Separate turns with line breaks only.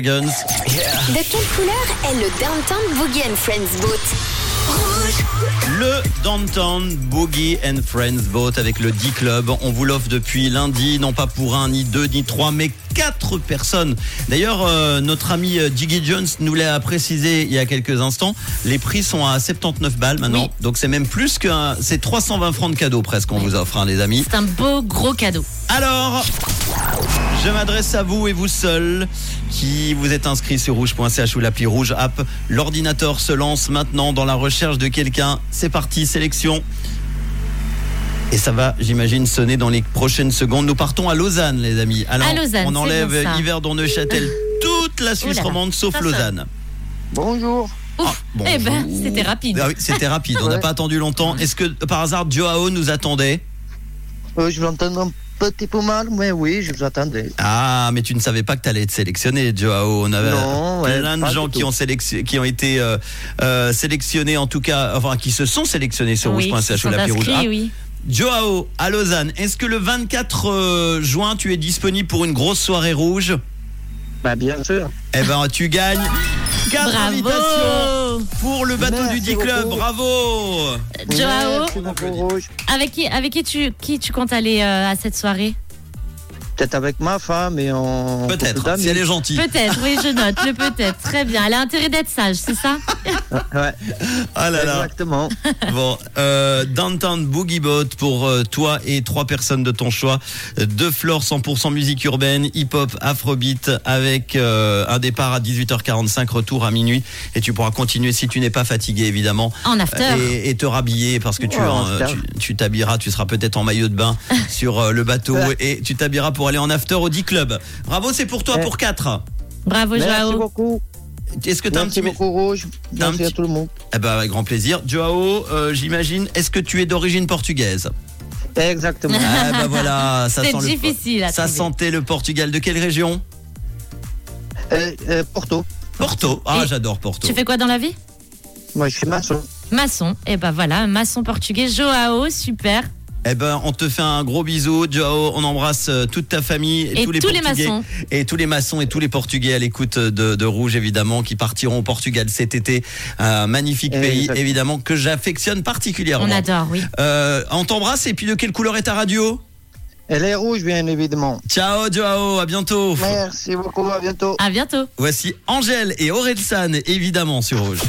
Guns.
De quelle couleur est le Downtown Boogie and Friends Boat Rouge
Le Downtown Boogie and Friends Boat avec le D-Club. On vous l'offre depuis lundi, non pas pour un, ni deux, ni trois, mais quatre personnes. D'ailleurs, euh, notre ami euh, Jiggy Jones nous l'a précisé il y a quelques instants. Les prix sont à 79 balles maintenant. Donc c'est même plus qu'un. C'est 320 francs de cadeaux presque qu'on vous offre, hein, les amis.
C'est un beau gros cadeau.
Alors, je m'adresse à vous et vous seul qui vous êtes inscrit sur rouge.ch ou l'appli rouge app. L'ordinateur se lance maintenant dans la recherche de quelqu'un. C'est parti, sélection. Et ça va, j'imagine, sonner dans les prochaines secondes. Nous partons à Lausanne, les amis. Alors,
À Lausanne,
on
c'est
enlève
bien ça. Oh
Yverdon, Neuchâtel, toute la Suisse
là là,
romande, sauf
ça sonne.
Lausanne.
Bonjour.
Ouf,
Ah,
eh ben,
bonjour.
c'était rapide.
Ah oui, C'était rapide, on n'a
Ouais.
pas attendu longtemps. Est-ce que par hasard Joao nous attendait
Euh, je vous entends un petit peu mal, mais oui, je vous attendais.
Ah, mais tu ne savais pas que tu allais être sélectionné, Joao. On avait
Non, ouais,
plein de
pas
gens
du
qui
tout.
ont, sélection- qui ont été euh, euh, sélectionnés, en tout cas, enfin, qui se sont sélectionnés sur
Oui, ils
rouge.ch
sont
ou l'appli rouge.
inscrits,
Ah,
oui.
Joao, à Lausanne, est-ce que le 24 euh, juin, tu es disponible pour une grosse soirée rouge
Bah, bien sûr.
Eh ben, tu gagnes 4 invitations
Bravo
pour le bateau
Merci
du D-Club.
beaucoup.
Bravo
Joao,
Merci beaucoup,
Applaudis.
Rouge.
avec qui, avec qui, tu, qui tu comptes aller euh, à cette soirée
Peut-être avec ma femme et on.
Peut-être, si elle est gentille.
Peut-être, oui, je note, le peut-être. Très bien, elle a intérêt d'être sage, c'est ça
Ouais,
Ah là là
exactement.
Bon, euh, Downtown Boogie Boat pour euh, toi et trois personnes de ton choix. Deux fleurs 100% musique urbaine, hip-hop, afrobeat, avec euh, un départ à 18h45, retour à minuit. Et tu pourras continuer si tu n'es pas fatigué, évidemment.
En after.
Et, et te rhabiller parce que tu
Ouais,
en,
after.
tu- tu t'habilleras, tu, seras peut-être en maillot de bain sur euh, le bateau
Ouais.
et tu t'habilleras pour aller en after au D-Club. Bravo, c'est pour toi,
Ouais.
pour 4.
Bravo,
Merci
Joao.
beaucoup.
Est-ce que tu as un
Merci
petit...
beaucoup, Rouge.
T'as un
Merci à
petit-
tout le monde.
Eh ben, avec grand plaisir. Joao, euh, j'imagine, est-ce que tu es d'origine portugaise
Exactement.
Ah bah voilà, ça
C'est
sent
difficile
le
à
ça
trouver.
sentait le Portugal. De quelle région
Euh, euh, Porto.
Porto. Ah,
Et
j'adore Porto.
Tu fais quoi dans la vie
Moi, je suis maçon.
Maçon. Eh ben voilà, un maçon portugais, Joao, super.
Eh ben, on te fait un gros bisou, Joao. On embrasse euh, toute ta famille et,
Et
tous les
tous les
Portugais.
maçons.
et tous les maçons et tous les Portugais à l'écoute de, de Rouge évidemment qui partiront au Portugal cet été. Un magnifique
Eh,
pays
exactement.
évidemment que j'affectionne particulièrement.
On adore, oui.
Euh, on t'embrasse et puis de quelle couleur est ta radio
Elle est rouge, bien évidemment.
Ciao, Joao. À bientôt.
Merci beaucoup, à bientôt.
À bientôt.
Voici Angèle et Orelsan évidemment sur Rouge.